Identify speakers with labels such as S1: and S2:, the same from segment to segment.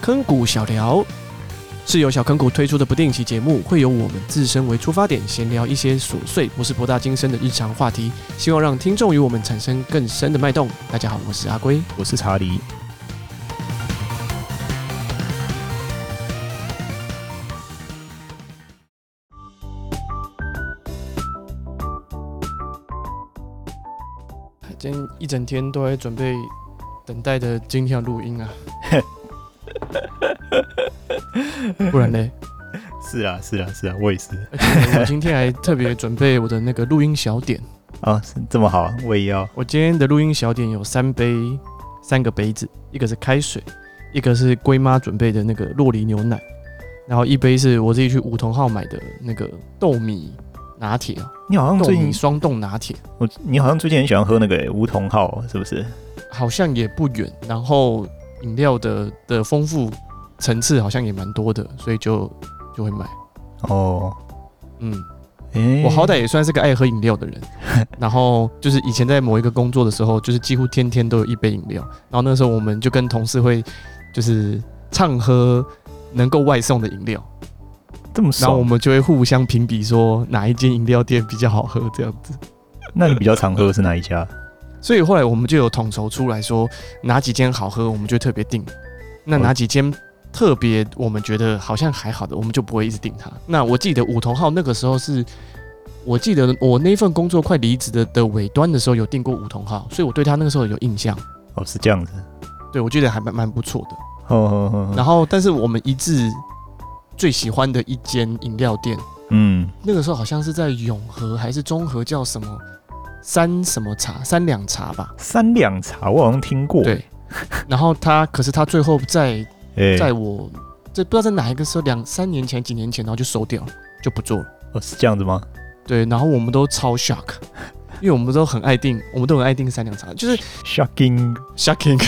S1: 坑谷小聊，是由小坑谷推出的不定期节目，会由我们自身为出发点，闲聊一些琐碎不是博大精深的日常话题，希望让听众与我们产生更深的脉动。大家好，我是阿龟。
S2: 我是查理。
S1: 今天一整天都在准备等待着今天的录音啊， 不然嘞，
S2: 是啊，是啊，是啊，我也是
S1: 而且我今天还特别准备我的那个录音小点。
S2: 啊，是这么好，我也要。
S1: 我今天的录音小点有三杯，三个杯子，一个是开水，一个是龟妈准备的那个洛梨牛奶，然后一杯是我自己去梧桐号买的那个豆米拿铁啊，
S2: 你好像
S1: 豆
S2: 最
S1: 米
S2: 近，
S1: 双冻拿铁，
S2: 我你好像最近很喜欢喝那个诶梧桐号，啊是不是？
S1: 好像也不远，然后饮料的的丰富层次好像也蛮多的，所以就就会买。
S2: 哦，
S1: 嗯，
S2: 诶、
S1: 我好歹也算是个爱喝饮料的人，然后就是以前在某一个工作的时候，就是几乎天天都有一杯饮料，然后那时候我们就跟同事会就是畅喝能够外送的饮料，
S2: 这么
S1: 然后我
S2: 爽，
S1: 们就会互相评比说哪一间饮料店比较好喝这样子，
S2: 那你比较常喝的是哪一家？
S1: 所以后来我们就有统筹出来说哪几间好喝，我们就特别定，那哪几间。特别我们觉得好像还好的，我们就不会一直定它。那我记得五桐号那个时候是我记得我那份工作快离职的的尾端的时候有订过梧桐号，所以我对他那个时候有印象。
S2: 哦，是这样子。
S1: 对我觉得还蛮蛮不错的。
S2: 哦哦哦，
S1: 然后，但是我们一致最喜欢的一间饮料店，
S2: 嗯，
S1: 那个时候好像是在永和还是中和，叫什么三什么茶三两茶吧。
S2: 三两茶我好像听过。
S1: 对， 然后他可是他最后在
S2: 诶，
S1: 在我这不知道在哪一个时候两三年前几年前，然后就收掉了，就不做了。
S2: 哦，是这样子吗？
S1: 对，然后我们都超 shock，因为我们都很爱订，我们都很爱订三两茶，就是
S2: Shocking，
S1: Shocking，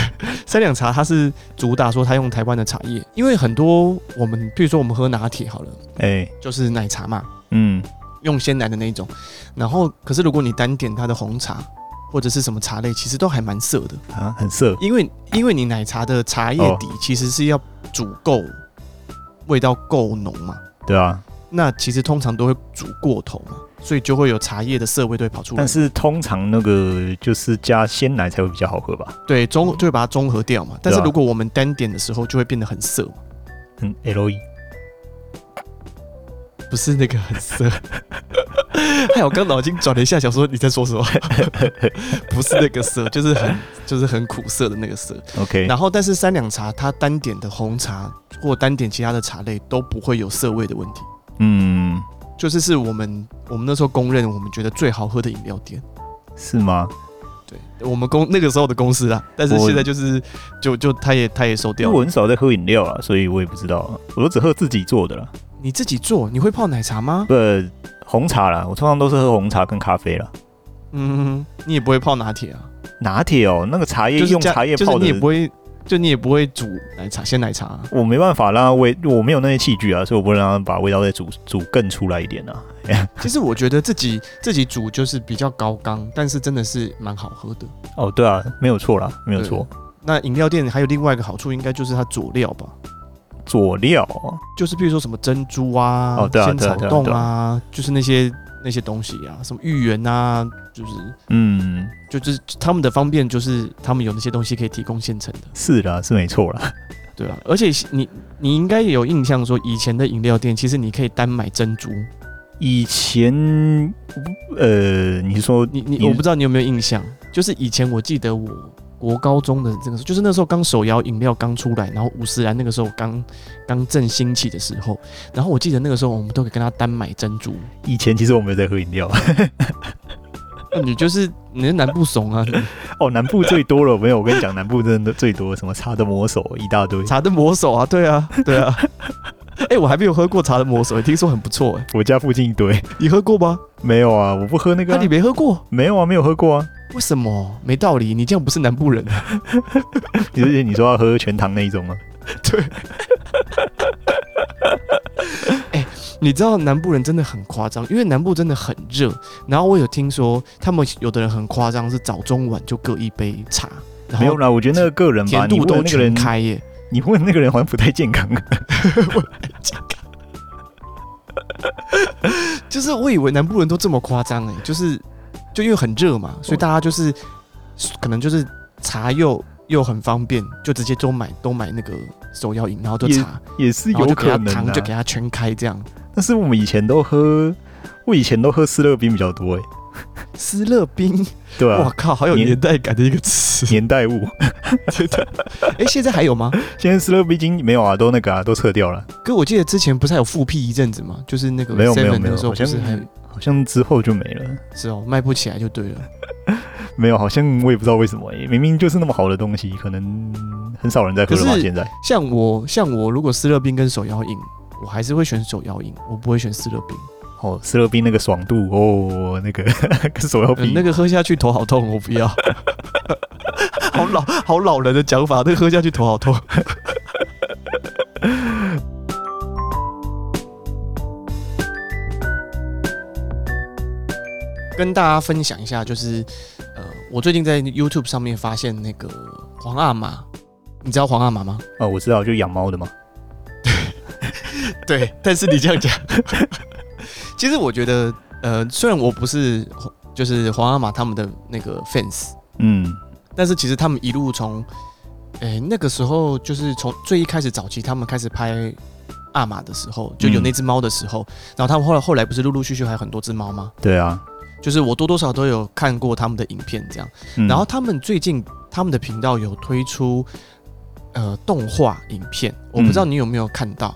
S1: 三 两茶它是主打说它用台湾的茶叶，因为很多我们，譬如说我们喝拿铁好了，
S2: 诶，
S1: 就是奶茶嘛，
S2: 嗯，
S1: 用鲜奶的那一种。然后，可是如果你单点它的红茶或者是什么茶类，其实都还蛮涩的，
S2: 啊，很涩，
S1: 因为因为你奶茶的茶叶底其实是要煮够，味道够浓嘛，
S2: 对啊。
S1: 那其实通常都会煮过头嘛，所以就会有茶叶的涩味都会跑出来
S2: 但。是通常那个就是加鲜奶才会比较好喝吧？
S1: 对，中就会把它中和掉嘛。但是
S2: 对啊
S1: 如果我们单点的时候，就会变得很涩嘛。
S2: 嗯，L E，
S1: 不是那个很 色，还有刚脑筋转了一下，想说你在说什么？ 不是那个色，就是很就是很苦涩的那个涩。
S2: OK，
S1: 然后，但是三两茶它单点的红茶或单点其他的茶类都不会有涩味的问题，
S2: 嗯，
S1: 就是是我们我们那时候公认我们觉得最好喝的饮料店。
S2: 是吗？
S1: 对我们公那个时候的公司啦，但是
S2: 我
S1: 现在就是就就他也他也收
S2: 因
S1: 掉
S2: 为我
S1: 了。
S2: 很少在喝饮料啊，所以我也不知道啊，我都只喝自己做的啦，
S1: 你自己做，你会泡奶茶吗？
S2: 不红茶啦，我通常都是喝红茶跟咖啡啦。
S1: 嗯，你也不会泡拿铁啊？
S2: 拿铁哦，那个茶叶
S1: 就是
S2: 用
S1: 加
S2: 茶叶
S1: 就是
S2: 泡
S1: 你
S2: 的
S1: 也，不会，就你也不会煮奶茶鲜奶茶啊、
S2: 我没办法啦，我也我没有那些器具啊，所以我不能让它把味道再煮煮更出来一点啊。
S1: 其实我觉得自己自己煮就是比较高纲，但是真的是蛮好喝的。
S2: 哦，对啊，没有错啦，没有错。
S1: 那饮料店还有另外一个好处，应该就是它佐料吧，
S2: 佐料哦
S1: 就是比如说什么珍珠啊、
S2: 哦对啊
S1: 仙
S2: 对啊
S1: 草
S2: 对啊
S1: 冻
S2: 对
S1: 啊，就是那些那些东西啊，什么芋圆啊，就是
S2: 嗯，
S1: 就就是他们的方便，就是他们有那些东西可以提供现成的，
S2: 是啦，是没错啦。
S1: 对啊。而且你你应该也有印象说，以前的饮料店其实你可以单买珍珠，
S2: 以前呃，你说
S1: 你你
S2: 你
S1: 我不知道你有没有印象，就是以前我记得我国高中的这个时候，就是那时候刚手摇饮料刚出来，然后五十岚那个时候刚刚正兴起的时候，然后我记得那个时候我们都可以跟他单买珍珠，
S2: 以前其实我没有在喝饮料
S1: 那你就是你是南部怂啊，你
S2: 哦，南部最多了，没有，我跟你讲，南部真的最多，什么茶的魔手一大堆，
S1: 茶的魔手啊，对 啊对啊，哎、我还没有喝过茶的魔手，听说很不错哎、
S2: 我家附近一堆。
S1: 你喝过吗？
S2: 没有啊，我不喝那个
S1: 那、
S2: 啊、
S1: 你没喝过？
S2: 没有啊，没有喝过啊。
S1: 为什么？没道理，你这样不是南部人啊，
S2: 你是你说要喝全糖那一种啊吗？
S1: 你知道南部人真的很夸张，因为南部真的很热。然后我有听说，他们有的人很夸张，是早中晚就各一杯茶，然
S2: 没有
S1: 后
S2: 啦，我觉得那个个人吧，
S1: 甜
S2: 你
S1: 度
S2: 问
S1: 都
S2: 那个
S1: 全
S2: 人，
S1: 开耶。哎
S2: 你问那个人好像不太健康。啊
S1: 就是我以为南部人都这么夸张哎，就是就因为很热嘛，所以大家就是可能就是茶又又很方便，就直接都买都买那个手摇饮，然后就茶，
S2: 也是
S1: 然后
S2: 有
S1: 就给
S2: 可
S1: 他
S2: 能啊
S1: 糖
S2: 的、
S1: 就给他全开这样。
S2: 但是我们以前都喝，我以前都喝斯乐冰比较多哎、
S1: 斯乐冰，
S2: 对
S1: 我
S2: 啊，
S1: 靠，好有
S2: 你
S1: 年代感的一个词。
S2: 年代物。
S1: 哎、现在还有吗？
S2: 现在斯乐冰已经没有啊，都那个啊，都撤掉了，
S1: 哥，我记得之前不是还有复辟一阵子吗？就是那个
S2: 没有没有
S1: Seven
S2: 没有
S1: 的时候，不
S2: 好像
S1: 是还
S2: 好像之后就没了。
S1: 是哦，卖不起来就对了。
S2: 没有，好像我也不知道为什么、欸，明明就是那么好的东西，可能很少人在喝了
S1: 可
S2: 吧？
S1: 是
S2: 现在
S1: 像我像我如果斯乐冰跟手摇饮，我还是会选手摇饮，我不会选斯乐冰。
S2: 哦，斯乐冰那个爽度哦，那个 跟手摇
S1: 嗯
S2: 冰、
S1: 那个喝下去头好痛，我不 要。好老好老人的讲法，那个喝下去头好痛。 跟大家分享一下，就是呃，我最近在 YouTube 上面发现那个皇阿玛，你知道皇阿玛吗？
S2: 哦，我知道，就养猫的嘛。
S1: 对，但是你这样讲， 其实我觉得，呃，虽然我不是就是皇阿玛他们的那个 fans，
S2: 嗯，
S1: 但是其实他们一路从，诶、那个时候就是从最一开始早期他们开始拍阿玛的时候，就有
S2: 嗯
S1: 那只猫的时候，然后他们后来后来不是陆陆续续还有很多只猫吗？
S2: 对啊。
S1: 就是我多多少少都有看过他们的影片这样，
S2: 嗯、
S1: 然后他们最近他们的频道有推出呃动画影片，我不知道
S2: 嗯
S1: 你有没有看到，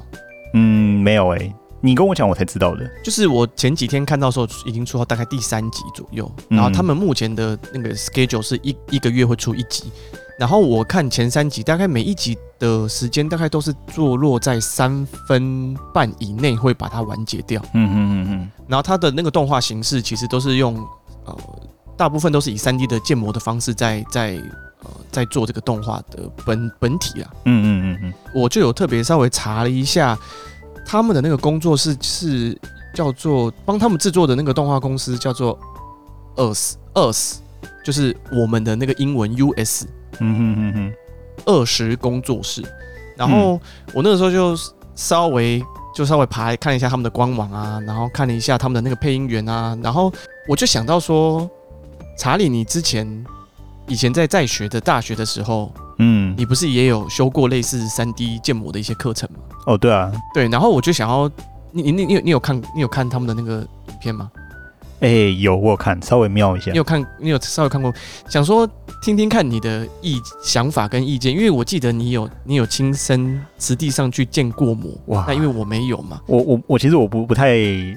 S2: 嗯，没有哎、你跟我讲我才知道的。
S1: 就是我前几天看到的时候，已经出到大概第三集左右。
S2: 嗯
S1: 然后他们目前的那个 schedule 是一一个月会出一集。然后我看前三集，大概每一集的时间大概都是坐落在三分半以内会把它完结掉。
S2: 嗯嗯嗯
S1: 然后它的那个动画形式其实都是用呃，大部分都是以3 D 的建模的方式在在呃在做这个动画的本本体啊。
S2: 嗯嗯嗯嗯
S1: 我就有特别稍微查了一下，他们的那个工作室是叫做帮他们制作的那个动画公司叫做 US US，就是我们的那个英文 US
S2: 嗯嗯嗯
S1: 二十工作室。然后我那个时候就稍微就稍微爬看一下他们的官网啊，然后看了一下他们的那个配音员啊，然后我就想到说，查理，你之前以前在在学的大学的时候，
S2: 嗯
S1: 你不是也有修过类似三 D 建模的一些课程吗？
S2: 哦，对啊，
S1: 对，然后我就想要，你你你你有你有看你有看他们的那个影片吗？
S2: 哎、有我有看，稍微瞄一下
S1: 你。有看你有稍微看过？想说听听看你的意想法跟意见，因为我记得你有你有亲身实地上去建过模，
S2: 哇
S1: 那因为我没有嘛，
S2: 我我我其实我不不太，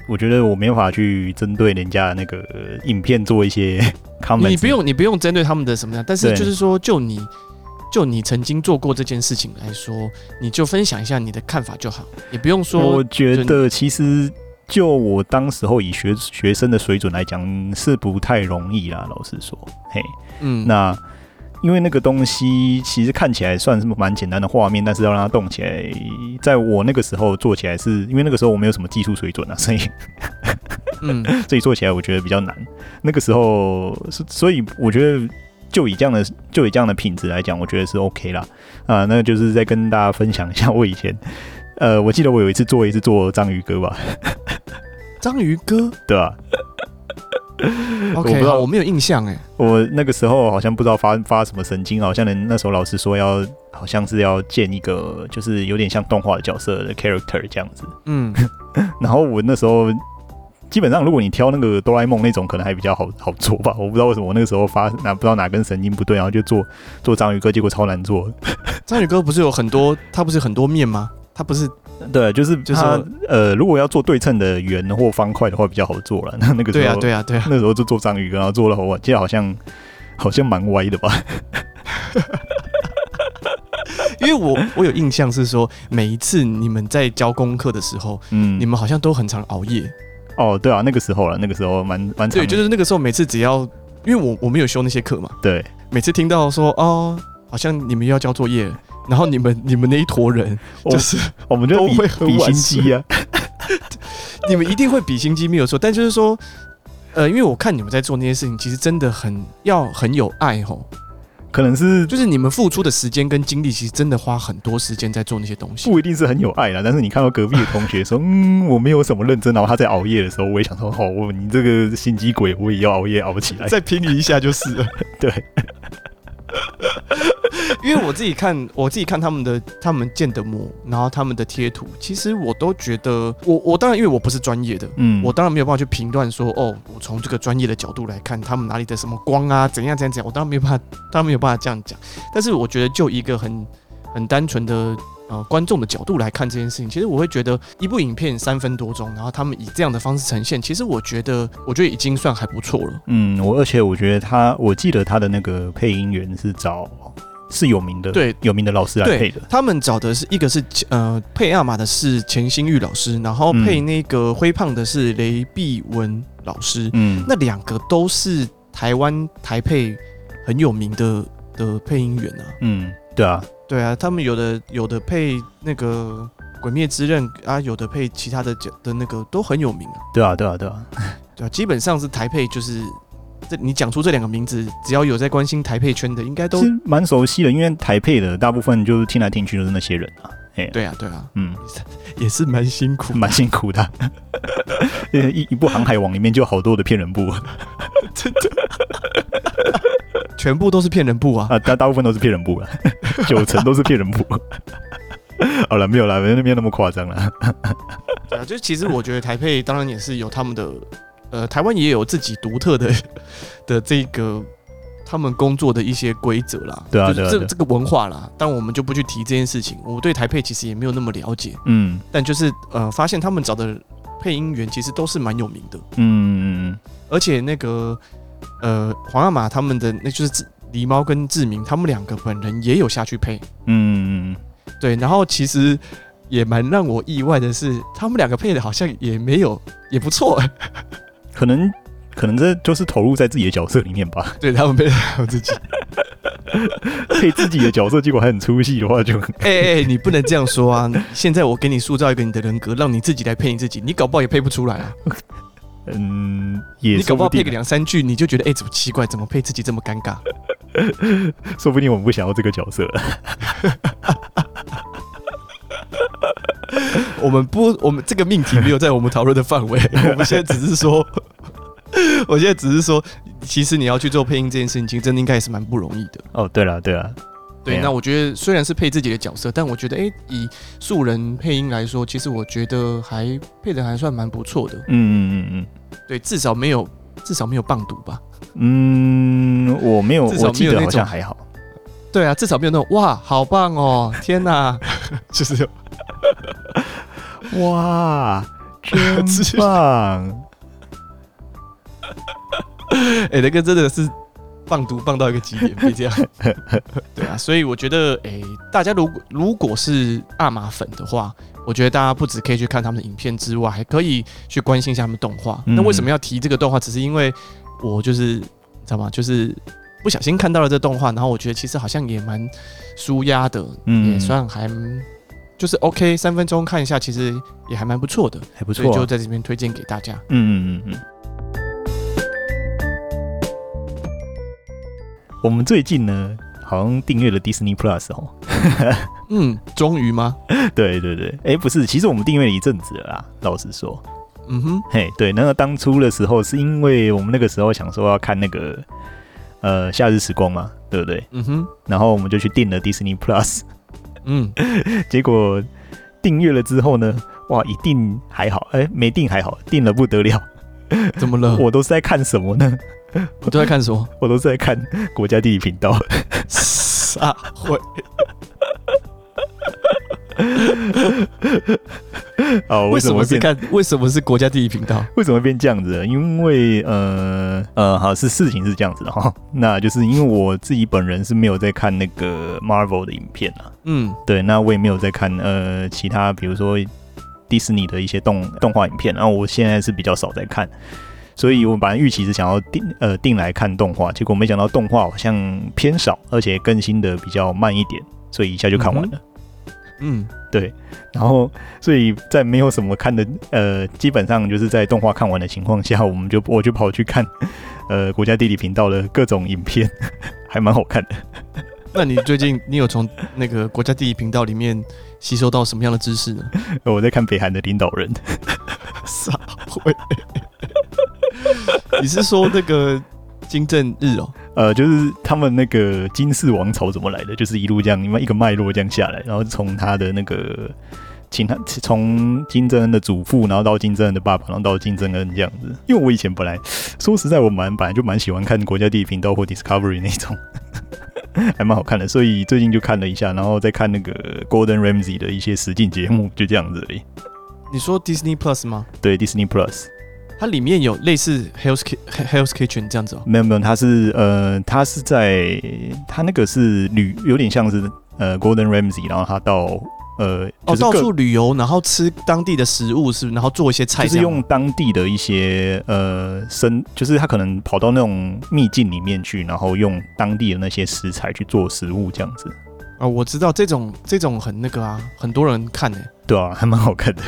S2: 我觉得我没有办法去针对人家那个呃影片做一些 comment。
S1: 你不用你不用针对他们的什么样，但是
S2: 对
S1: 就是说就你。就你曾经做过这件事情来说，你就分享一下你的看法就好，也不用说
S2: 我觉得其实就我当时候以学学生的水准来讲是不太容易啦，老实说，嘿，
S1: 嗯，
S2: 那因为那个东西其实看起来算是蛮简单的画面，但是要让它动起来，在我那个时候做起来是因为那个时候我没有什么技术水准啊，所 以
S1: 嗯，
S2: 所以做起来我觉得比较难。那个时候是，所以我觉得就以这样的就以这样的品质来讲，我觉得是 OK 啦。啊、那就是再跟大家分享一下我以前，呃，我记得我有一次做一次做章鱼哥吧，
S1: 章鱼 哥
S2: 对吧、
S1: ，OK，
S2: 知道
S1: 好我没有印象哎，
S2: 我那个时候好像不知道发发什么神经，好像人那时候老师说要，好像是要建一个就是有点像动画的角色的 character 这样子。
S1: 嗯，
S2: 然后我那时候基本上，如果你挑那个哆啦 A 梦那种，可能还比较好好做吧。我不知道为什么我那个时候发哪不知道哪根神经不对，然后就做做章鱼哥，结果超难做。
S1: 章鱼哥不是有很多，他不是很多面吗？他不是
S2: 对，就是
S1: 就是
S2: 它呃，如果要做对称的圆或方块的话，比较好做了。那那个时候
S1: 对啊对啊对啊，
S2: 那时候就做章鱼哥，然后做了，我记得好像好像蛮歪的吧。
S1: 因为我我有印象是说，每一次你们在交功课的时候，
S2: 嗯，
S1: 你们好像都很常熬夜。
S2: 哦，对啊，那个时候了，那个时候蛮蛮长
S1: 对，
S2: 的
S1: 就是那个时候每次只要，因为我我们有修那些课嘛，
S2: 对
S1: 每次听到说哦，好像你们又要交作业了，然后你们你们那一坨人
S2: 哦
S1: 就是、
S2: 我们就
S1: 都
S2: 比
S1: 会很
S2: 比
S1: 晚
S2: 心机啊，
S1: 你们一定会比心机没有错，但就是说。呃，因为我看你们在做那些事情，其实真的很要很有爱吼，
S2: 可能是
S1: 就是你们付出的时间跟精力，其实真的花很多时间在做那些东西。
S2: 不一定是很有爱啦，但是你看到隔壁的同学说， 嗯，我没有什么认真，然后他在熬夜的时候，我也想说，哦，我你这个心机鬼，我也要熬夜熬起来。
S1: 再拼你一下就是了。
S2: 哎 对，
S1: 因为我自己看，我自己看他们的他们建的模，然后他们的贴图，其实我都觉得，我我当然因为我不是专业的。
S2: 嗯，
S1: 我当然没有办法去评断说，哦，我从这个专业的角度来看，他们哪里的什么光啊，怎样怎样怎样，我当然没有办法，当然没有办法这样讲。但是我觉得，就一个很很单纯的呃观众的角度来看这件事情，其实我会觉得一部影片三分多钟，然后他们以这样的方式呈现，其实我觉得，我觉得已经算还不错了。
S2: 嗯，我而且我觉得他，我记得他的那个配音员是找是有名的，
S1: 对，
S2: 有名的老师来配
S1: 对
S2: 的。
S1: 他们找的是一个是呃配阿玛的是钱新玉老师，然后配
S2: 嗯
S1: 那个灰胖的是雷碧文老师。
S2: 嗯，
S1: 那两个都是台湾台配很有名的的配音员啊。
S2: 嗯，对啊，
S1: 对啊，他们有的有的配那个《鬼灭之刃》啊，有的配其他的角的那个都很有名啊。
S2: 对啊，对啊，对啊，
S1: 对啊，基本上是台配就是。这你讲出这两个名字，只要有在关心台配圈的，应该都
S2: 是蛮熟悉的，因为台配的大部分就是听来听去都是那些人啊。哎、
S1: 对啊，对啊，
S2: 嗯，
S1: 也是蛮辛苦，
S2: 蛮辛苦的。一一部《航海王》里面就有好多的骗人部啊，
S1: 全部都是骗人部啊。
S2: 大大部分都是骗人部啊，九成都是骗人部。好了，没有啦，没有没有那么夸张啦。
S1: 对啊，就其实我觉得台配当然也是有他们的，呃，台湾也有自己独特的 的这个他们工作的一些规则啦，
S2: 对啊
S1: 就是
S2: 对啊
S1: 这
S2: 对啊
S1: 这个文化啦，但我们就不去提这件事情。我对台配其实也没有那么了解，
S2: 嗯
S1: 但就是呃，发现他们找的配音员其实都是蛮有名的，
S2: 嗯嗯
S1: 而且那个呃皇阿玛他们的那就是志狸猫跟志明他们两个本人也有下去配，
S2: 嗯嗯，
S1: 对，然后其实。也蛮让我意外的是，他们两个配的好像也没有也不错，
S2: 可能可能这就是投入在自己的角色里面吧。
S1: 对他们配到自己。
S2: 配自己的角色，结果还很出戏的话，就很
S1: 哎、哎、你不能这样说啊！现在我给你塑造一个你的人格，让你自己来配你自己，你搞不好也配不出来啊！
S2: 嗯，也
S1: 你搞
S2: 说
S1: 不啊好
S2: 不
S1: 配个
S2: 定，
S1: 两三句，你就觉得哎、怎么奇怪，怎么配自己这么尴尬？
S2: 说不定我们不想要这个角色。
S1: 我们不，我们这个命题没有在我们讨论的范 围，我们现在只是说， 我现在只是说，其实你要去做配音这件事情，其实真的应该也是蛮不容易的。
S2: 哦，对了，对了，对
S1: 对，
S2: 啊
S1: 那我觉得虽然是配自己的角色，但我觉得哎、以素人配音来说，其实我觉得还配的还算蛮不错的。
S2: 嗯嗯
S1: 对，至少没有至少没有棒读吧。
S2: 嗯嗯，我没有，
S1: 至少
S2: 我记
S1: 没有
S2: 得
S1: 那
S2: 好
S1: 种
S2: 像还好。
S1: 对啊，至少没有那种哇，好棒哦！天哪，就是
S2: 哇，真
S1: 是
S2: 棒！
S1: 哎、那个真的是棒读棒到一个极点，别这样。对啊，所以我觉得，哎、大家如果如果是阿玛粉的话，我觉得大家不只可以去看他们的影片之外，还可以去关心一下他们动画。
S2: 嗯
S1: 那为什么要提这个动画？只是因为我就是你知道吗？就是不小心看到了这动画，然后我觉得其实好像也蛮舒压的，也
S2: 嗯，
S1: 算还就是 OK，三分钟看一下，其实也还蛮不错的。
S2: 还不
S1: 所以
S2: 错
S1: 就
S2: 啊。
S1: 在这边推荐给大家。
S2: 嗯嗯嗯嗯。我们最近呢，好像订阅了 Disney Plus 哦。
S1: 嗯，终于吗？
S2: 对对对，哎，不是，其实我们订阅了一阵子了啦。老实说，
S1: 嗯哼，
S2: 嘿，对，那个当初的时候，是因为我们那个时候想说要看那个呃《夏日时光》嘛，对不对？
S1: 嗯哼，
S2: 然后我们就去订了 Disney Plus，
S1: 嗯，
S2: 结果订阅了之后呢，哇，一定还好，哎、没订还好，订了不得了。
S1: 怎么了？我
S2: 我都是在看什么呢？
S1: 我都在看什么？
S2: 我都是在看国家地理频道。
S1: 撒会
S2: 哦，
S1: 为
S2: 什
S1: 什
S2: 么
S1: 么是
S2: 变？
S1: 看？为什么是国家地理频道？
S2: 为什么变这样子呢？因为呃呃，好是事情是这样子的哈， 那就是因为我自己本人是没有在看那个 Marvel 的影片啊，
S1: 嗯
S2: 对，那我也没有在看呃其他，比如说迪士尼的一些动动画影片，然后我现在是比较少在看，所以我本来预期是想要定呃定来看动画，结果没想到动画好像偏少，而且更新的比较慢一点，所以一下就看完了。
S1: 嗯，
S2: 然后，所以在没有什么看的呃，基本上就是在动画看完的情况下，我们就我就跑去看呃国家地理频道的各种影片， 还蛮好看的。
S1: 那你最近你有从那个国家地理频道里面吸收到什么样的知识呢？
S2: 我在看北韩的领导人，
S1: 傻会， 你是说那个金正日哦？
S2: 呃，就是他们那个金氏王朝怎么来的，就是一路这样，你们一个脉络这样下来，然后从他的那个。请他从金正恩的祖父，然后到金正恩的爸爸，然后到金正恩这样子。因为我以前本来说实在，我蛮本来就蛮喜欢看国家地理频道或 Discovery 那种， 还蛮好看的。所以最近就看了一下，然后再看那个 Golden Ramsey 的一些实境节目，就这样子而已。
S1: 你说 Disney Plus 吗？
S2: 对 Disney Plus，
S1: 它里面有类似 Hell's Ki- Hell's Kitchen 这样子哦。
S2: 没有没有，它是呃，它是在它那个是旅，有点像是呃 Golden Ramsey，然后他到呃
S1: 哦，
S2: 就是
S1: 到
S2: 各
S1: 处旅游，然后吃当地的食物，是不是然后做一些菜
S2: 就
S1: 这
S2: 是
S1: 样吗，
S2: 用当地的一些呃生，就是他可能跑到那种秘境里面去，然后用当地的那些食材去做食物，这样子，
S1: 啊、我知道这种这种很那个啊，很多人看欸呢、
S2: 对啊，还蛮好看的。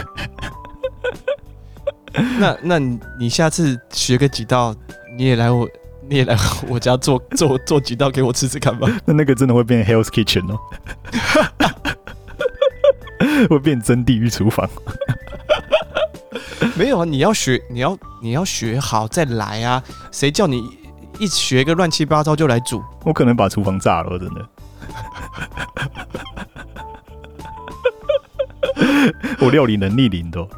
S1: 那那你你下次学个几道，你也来我你也来我家做做做几道给我吃吃看吧。
S2: 那那个真的会变 Hell's Kitchen 哦， 会变真地狱厨房。
S1: 没有啊，你要学你要你要学好再来啊，谁叫你一一学个乱七八糟就来煮？
S2: 我可能把厨房炸了，真 的。我料理能力零的哦、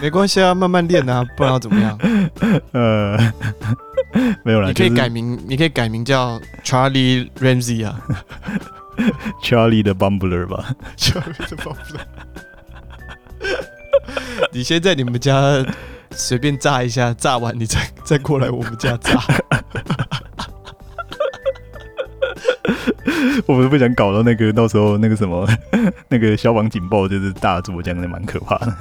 S1: 没关系啊，慢慢练啊，不然要怎么样？
S2: 呃，没有啦，
S1: 你可以
S2: 就是
S1: 改名，你可以改名叫 Charlie Ramsey 啊。
S2: Charlie 的 Bumbler 吧。
S1: 你先在你们家随便炸一下，炸完你再再过来我们家炸。
S2: 我们不想搞到那个到时候那个什么 那个消防警报就是大作，这样的蛮可怕的。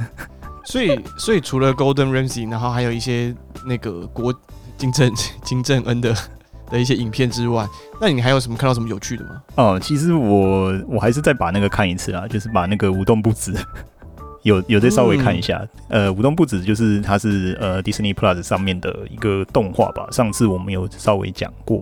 S1: 所以，所以除了 Golden Ramsy，然后还有一些那个国金正金正恩的 的一些影片之外，那你还有什么看到什么有趣的吗？
S2: 哦，其实我我还是再把那个看一次啊，就是把那个《舞动不止》有有再稍微看一下。
S1: 嗯
S2: 呃，《舞动不止》就是它是呃 Disney Plus 上面的一个动画吧，上次我们有稍微讲过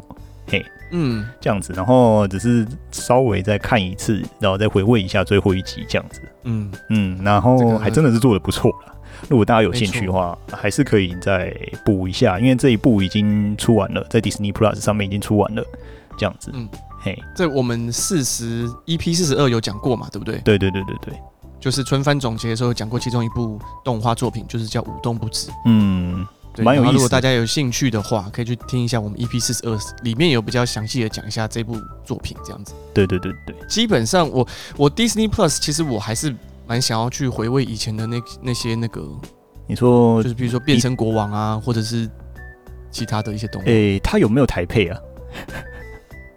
S1: 嗯，
S2: 这样子，然后只是稍微再看一次，然后再回味一下最后一集这样子。
S1: 嗯，
S2: 嗯，然
S1: 这
S2: 后
S1: 个
S2: 还真的是做的不错啦。如果大家有兴趣
S1: 没
S2: 的话，还是可以再补一下，因为这一部已经出完了，在 Disney Plus 上面已经出完了，这样子。
S1: 嗯
S2: 嘿，
S1: 这我们四十 EP 四十二有讲过嘛，对不对？
S2: 对对对对对，
S1: 就是春番总结的时候有讲过其中一部动画作品，就是叫《舞动不止》。
S2: 嗯，
S1: 对
S2: 蛮有
S1: 然后
S2: 意
S1: 如果
S2: 思的
S1: 大家有兴趣的话，可以去听一下我们 EP 四十二，里面有比较详细的讲一下这部作品这样子。
S2: 对对对对，
S1: 基本上我我 Disney Plus 其实我还是蛮想要去回味以前的那那些那个，
S2: 你说
S1: 就，是比如说变身国王啊，或者是其他的一些东西。
S2: 诶、他有没有台配啊？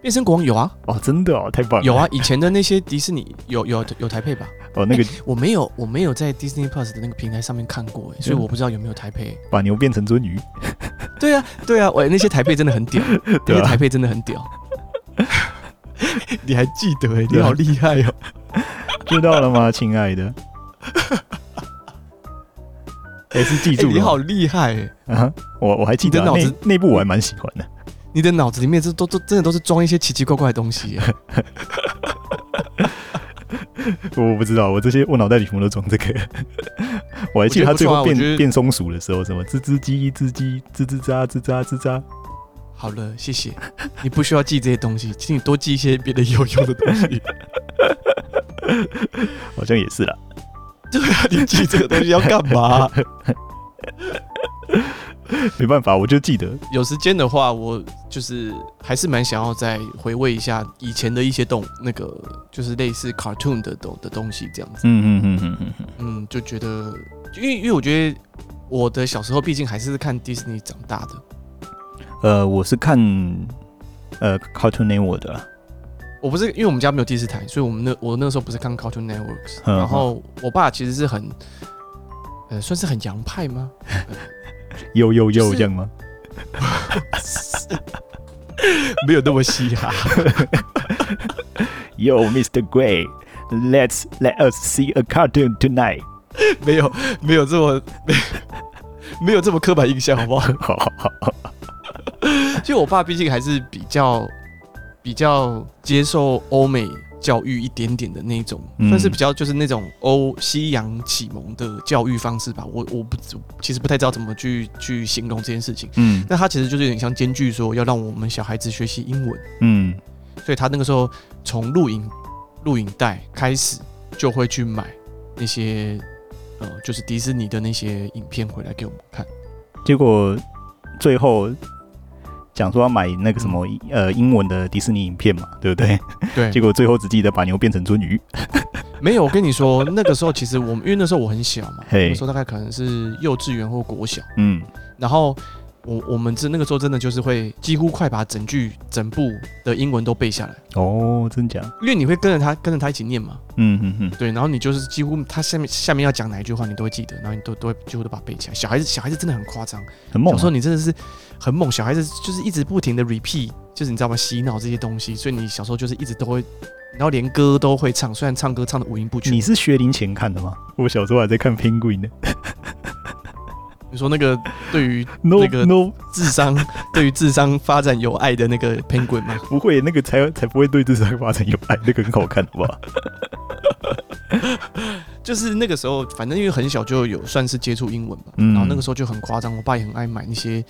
S1: 变身国王有啊
S2: 哦，真的哦，太棒了！
S1: 有啊，，以前的那些迪士尼有有有台配吧？
S2: 哦， 那个
S1: 我没有我没有在 Disney Plus 的那个平台上面看过、欸，所以我不知道有没有台配、
S2: 把牛变成鳟鱼，
S1: 对啊，对啊，喂，那些台配真的很 屌，那
S2: 对
S1: 些
S2: 啊
S1: 台配真的很屌。 你还记得哎、
S2: 对啊
S1: 厉害哦！
S2: 知道了吗，亲 爱的？也、是记
S1: 哎、
S2: 住
S1: 你
S2: 了
S1: 好
S2: 吗、
S1: 厉害、欸，
S2: 啊！我我还记得、
S1: 你的
S2: 啊、
S1: 脑子
S2: 那那部我还蛮喜欢的。
S1: 你的脑子里面这都都真的都是装一些奇奇怪怪的东西、欸。
S2: 我不知道，我这些我脑袋里全部都装这个。我还记得他最
S1: 我觉得不
S2: 后
S1: 错啊我
S2: 变、
S1: 觉得
S2: 变松鼠的时候，什么吱吱叽吱叽吱吱喳吱喳吱喳。
S1: 好了，谢谢，你不需要记这些东西，请你多记一些别的有用的东西。
S2: 好像也是啦。
S1: 对啊，你记这个东西要干嘛？
S2: 没办法，我就记得
S1: 有时间的话，我就是还是蛮想要再回味一下以前的一些动那个，就是类似 cartoon 的东的东西这样子。
S2: 嗯嗯嗯嗯嗯，
S1: 嗯，就觉得，因为因为我觉得我的小时候毕竟还是看 Disney 长大的，
S2: 呃，我是看呃 Cartoon Network 的啦，
S1: 我不是因为我们家没有第四台，所以我们那我那时候不是看 Cartoon Networks，
S2: 嗯
S1: 然后我爸其实是很，呃，算是很洋派吗？
S2: 又又
S1: 就
S2: 又
S1: 是
S2: 这样吗？
S1: 没有那么嘻哈，
S2: Yo Mr. Gray。Let's let us see a cartoon tonight
S1: 没有没有这么没没有这么刻板 印象，好不好？
S2: 好。好好好，
S1: 就我爸毕竟还是比较比较接受欧美教育一点点的那种，
S2: 嗯
S1: 但是比较就是那种欧西洋启蒙的教育方式吧。我我不其实不太知道怎么去去形容这件事情。
S2: 嗯
S1: 那他其实就是有点像兼具说要让我们小孩子学习英文，
S2: 嗯
S1: 所以他那个时候从录影录影带开始就会去买那些呃，就是迪士尼的那些影片回来给我们看。
S2: 结果最后讲说要买那个什么
S1: 嗯
S2: 呃英文的迪士尼影片嘛，对不对？
S1: 对，
S2: 结果最后只记得把牛变成鳟鱼。
S1: 没有，我跟你说，那个时候其实我们，因为那时候我很小嘛，
S2: 嘿
S1: 那时候大概可能是幼稚园或国小，
S2: 嗯
S1: 然后我我们这那个时候真的就是会几乎快把整句整部的英文都背下来，
S2: 哦，真假？
S1: 因为你会跟着他跟着他一起念嘛，
S2: 嗯嗯嗯，
S1: 对，然后你就是几乎他下面下面要讲哪一句话你都会记得，然后你都都会几乎都把它背起来。小孩子小孩子真的很夸张，
S2: 很猛、
S1: 小时
S2: 啊
S1: 候。你真的是很猛，小孩子就是一直不停的 repeat，就是你知道吗？洗脑这些东西，所以你小时候就是一直都会，然后连歌都会唱，虽然唱歌唱的五音不全。
S2: 你是学龄前看的吗？我小时候还在看《Penguin》呢。
S1: 你说那个对于
S2: No
S1: 那个
S2: No，
S1: 智商对于智商发展有爱的那个 penguin 吗？
S2: 不会，那个才才不会对智商发展有爱，那个很好看，好 吧？
S1: 就是那个时候，反正因为很小就有算是接触英文吧，
S2: 嗯
S1: 然后那个时候就很夸张，我爸也很爱买那些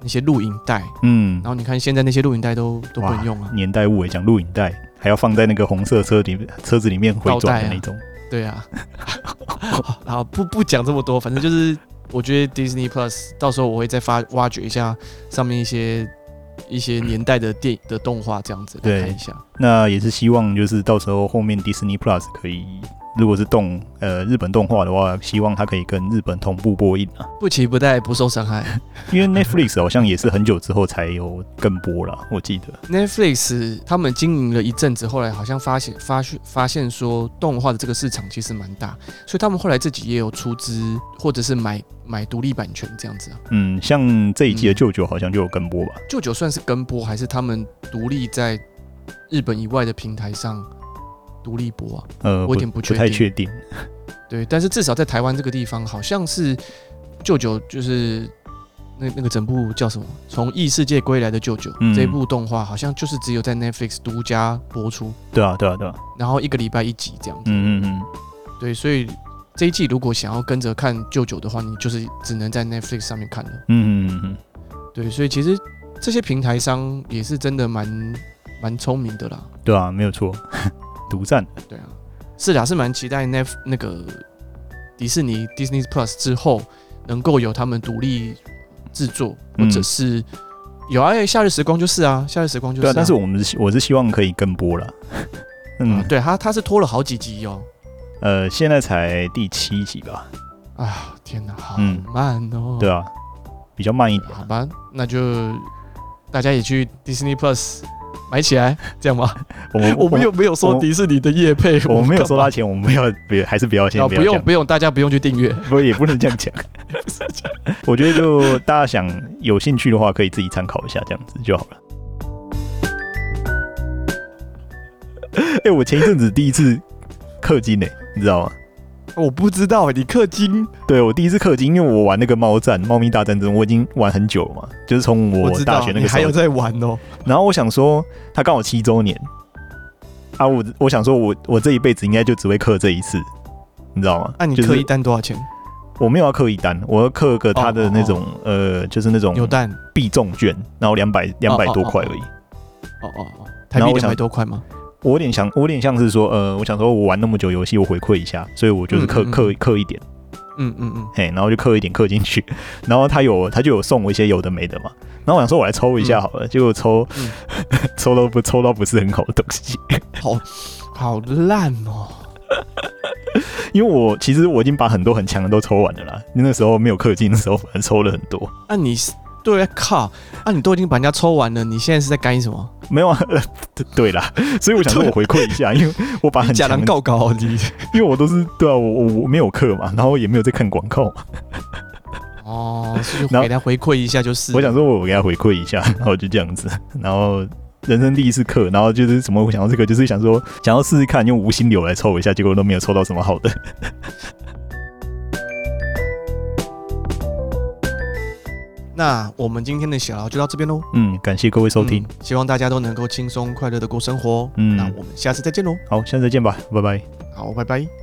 S1: 那些录影带，
S2: 嗯
S1: 然，后你看现在那些录影带都都不
S2: 哇
S1: 能用啊，
S2: 年代物诶，讲录影带，还要放在那个红色车里车子里面回转的那种。
S1: 对啊， 然后不不讲这么多，反正就是我觉得 Disney Plus 到时候我会再发挖掘一下上面一些一些年代的电影的动画这样子来
S2: 对
S1: 看一下，
S2: 那也是希望就是到时候后面 Disney Plus 可以，如果是动呃日本动画的话，希望它可以跟日本同步播映啊。
S1: 不期不待不受伤害。
S2: 因为 Netflix 好像也是很久之后才有跟播啦， 我记得。
S1: Netflix 他们经营了一阵子，后来好像发现发现发现说动画的这个市场其实蛮大，所以他们后来自己也有出资或者是买买独立版权这样子啊。
S2: 嗯，像这一季的舅舅好像就有跟播吧。
S1: 舅舅算是跟播还是他们独立在日本以外的平台上独立播啊？
S2: 呃，
S1: 我有点
S2: 不
S1: 不确
S2: 太
S1: 定
S2: 确定。
S1: 对，但是至少在台湾这个地方，好像是舅舅就是。那那个整部叫什么？从异世界归来的舅舅、
S2: 嗯
S1: 这部动画，好像就是只有在 Netflix 独家播出，
S2: 对啊，对啊，对啊。
S1: 然后一个礼拜一集这样子。
S2: 嗯嗯嗯。
S1: 对，所以这一季如果想要跟着看舅舅的话，你就是只能在 Netflix 上面看了。
S2: 嗯嗯嗯
S1: 对，所以其实这些平台商也是真的蛮蛮聪明的啦。
S2: 嗯，对啊，没有错， 独占。
S1: 对啊，是啦，是蛮期待 Net 那个迪士尼 Disney Plus 之后能够有他们独立制作，或者
S2: 嗯
S1: 是、有啊，夏日时光就是啊，夏日时光就是、
S2: 对啊，但是
S1: 我。
S2: 我们是希我是希望可以跟播啦。嗯
S1: 啊，，对他，他是拖了好几集哦。
S2: 呃，现在才第七集吧？
S1: 啊，天哪，好
S2: 嗯
S1: 慢哦。
S2: 对啊，比较慢一点。
S1: 好吧，那就大家也去 Disney Plus 买起来，这样吧。
S2: 我 们
S1: 我们又没有
S2: 我
S1: 收
S2: 们
S1: 迪士尼的业配，
S2: 我们没有收
S1: 到
S2: 他。钱，我们不要，不要还是不要先
S1: 哦，
S2: 要
S1: 不
S2: 这
S1: 用
S2: 样
S1: 不用，大家不用去订阅。
S2: 不也不能这 样讲。我觉得就大家想有兴趣的话，可以自己参考一下，这样子就好了。 哎、我前一阵子第一次氪金呢、你知道吗？
S1: 我不知道你氪金，
S2: 对我第一次氪金，因为我玩那个猫战、猫咪大战争，我已经玩很久了嘛，就是从我
S1: 知
S2: 大
S1: 道
S2: 学那
S1: 你
S2: 个
S1: 还
S2: 时
S1: 有
S2: 候。
S1: 在玩哦。
S2: 然后我想说，它刚好七周年啊，我我想说我我这一辈子应该就只会氪这一次，你知道吗？
S1: 那啊你
S2: 就是
S1: 氪一单多少钱？
S2: 我没有要刻一单，我要刻个他的那种
S1: 哦
S2: 呃，就是那种
S1: 扭蛋？
S2: 必中券，然后两百两百多块而已。
S1: 哦哦哦，台币
S2: 然后我
S1: 两
S2: 想
S1: 百多块吗？
S2: 我有点想，我有点像是说，呃，我想说我玩那么久游戏，我回馈一下，所以我就是刻
S1: 嗯嗯嗯
S2: 刻刻一点，
S1: 嗯嗯嗯，
S2: 嘿，然后就刻一点刻进去， 然后他有他就有送我一些有的没的嘛，然后我想说我来抽一下好了，结果抽、
S1: 嗯
S2: 抽到不抽到不是很好的东西，
S1: 好好烂哦。
S2: 因为我其实我已经把很多很强的都抽完了啦，那时候没有氪金的时候反正抽了很多，
S1: 那你是对啊靠，啊你都已经把人家抽完了，你现在是在干什么？
S2: 没有啊， 对啦，所以我想说我回馈一下，因为我把
S1: 你
S2: 很
S1: 假
S2: 强的
S1: 狼告告哦你。
S2: 因为我都是对啊，我我我没有课嘛，然后也没有在看广告嘛，
S1: 哦，是
S2: 然后
S1: 就给他回馈一下就是。
S2: 我想说我给他回馈一下，然后就这样子，然后人生第一次课，然后就是什么我想到这个，就是想说想要试试看用无心流来抽一下，结果都没有抽到什么好的。
S1: 那我们今天的小聊就到这边喽，
S2: 嗯，感谢各位收听，
S1: 嗯希望大家都能够轻松快乐的过生活。
S2: 嗯
S1: 那我们下次再见喽，
S2: 好，下次再见吧，拜拜。
S1: 好，拜拜。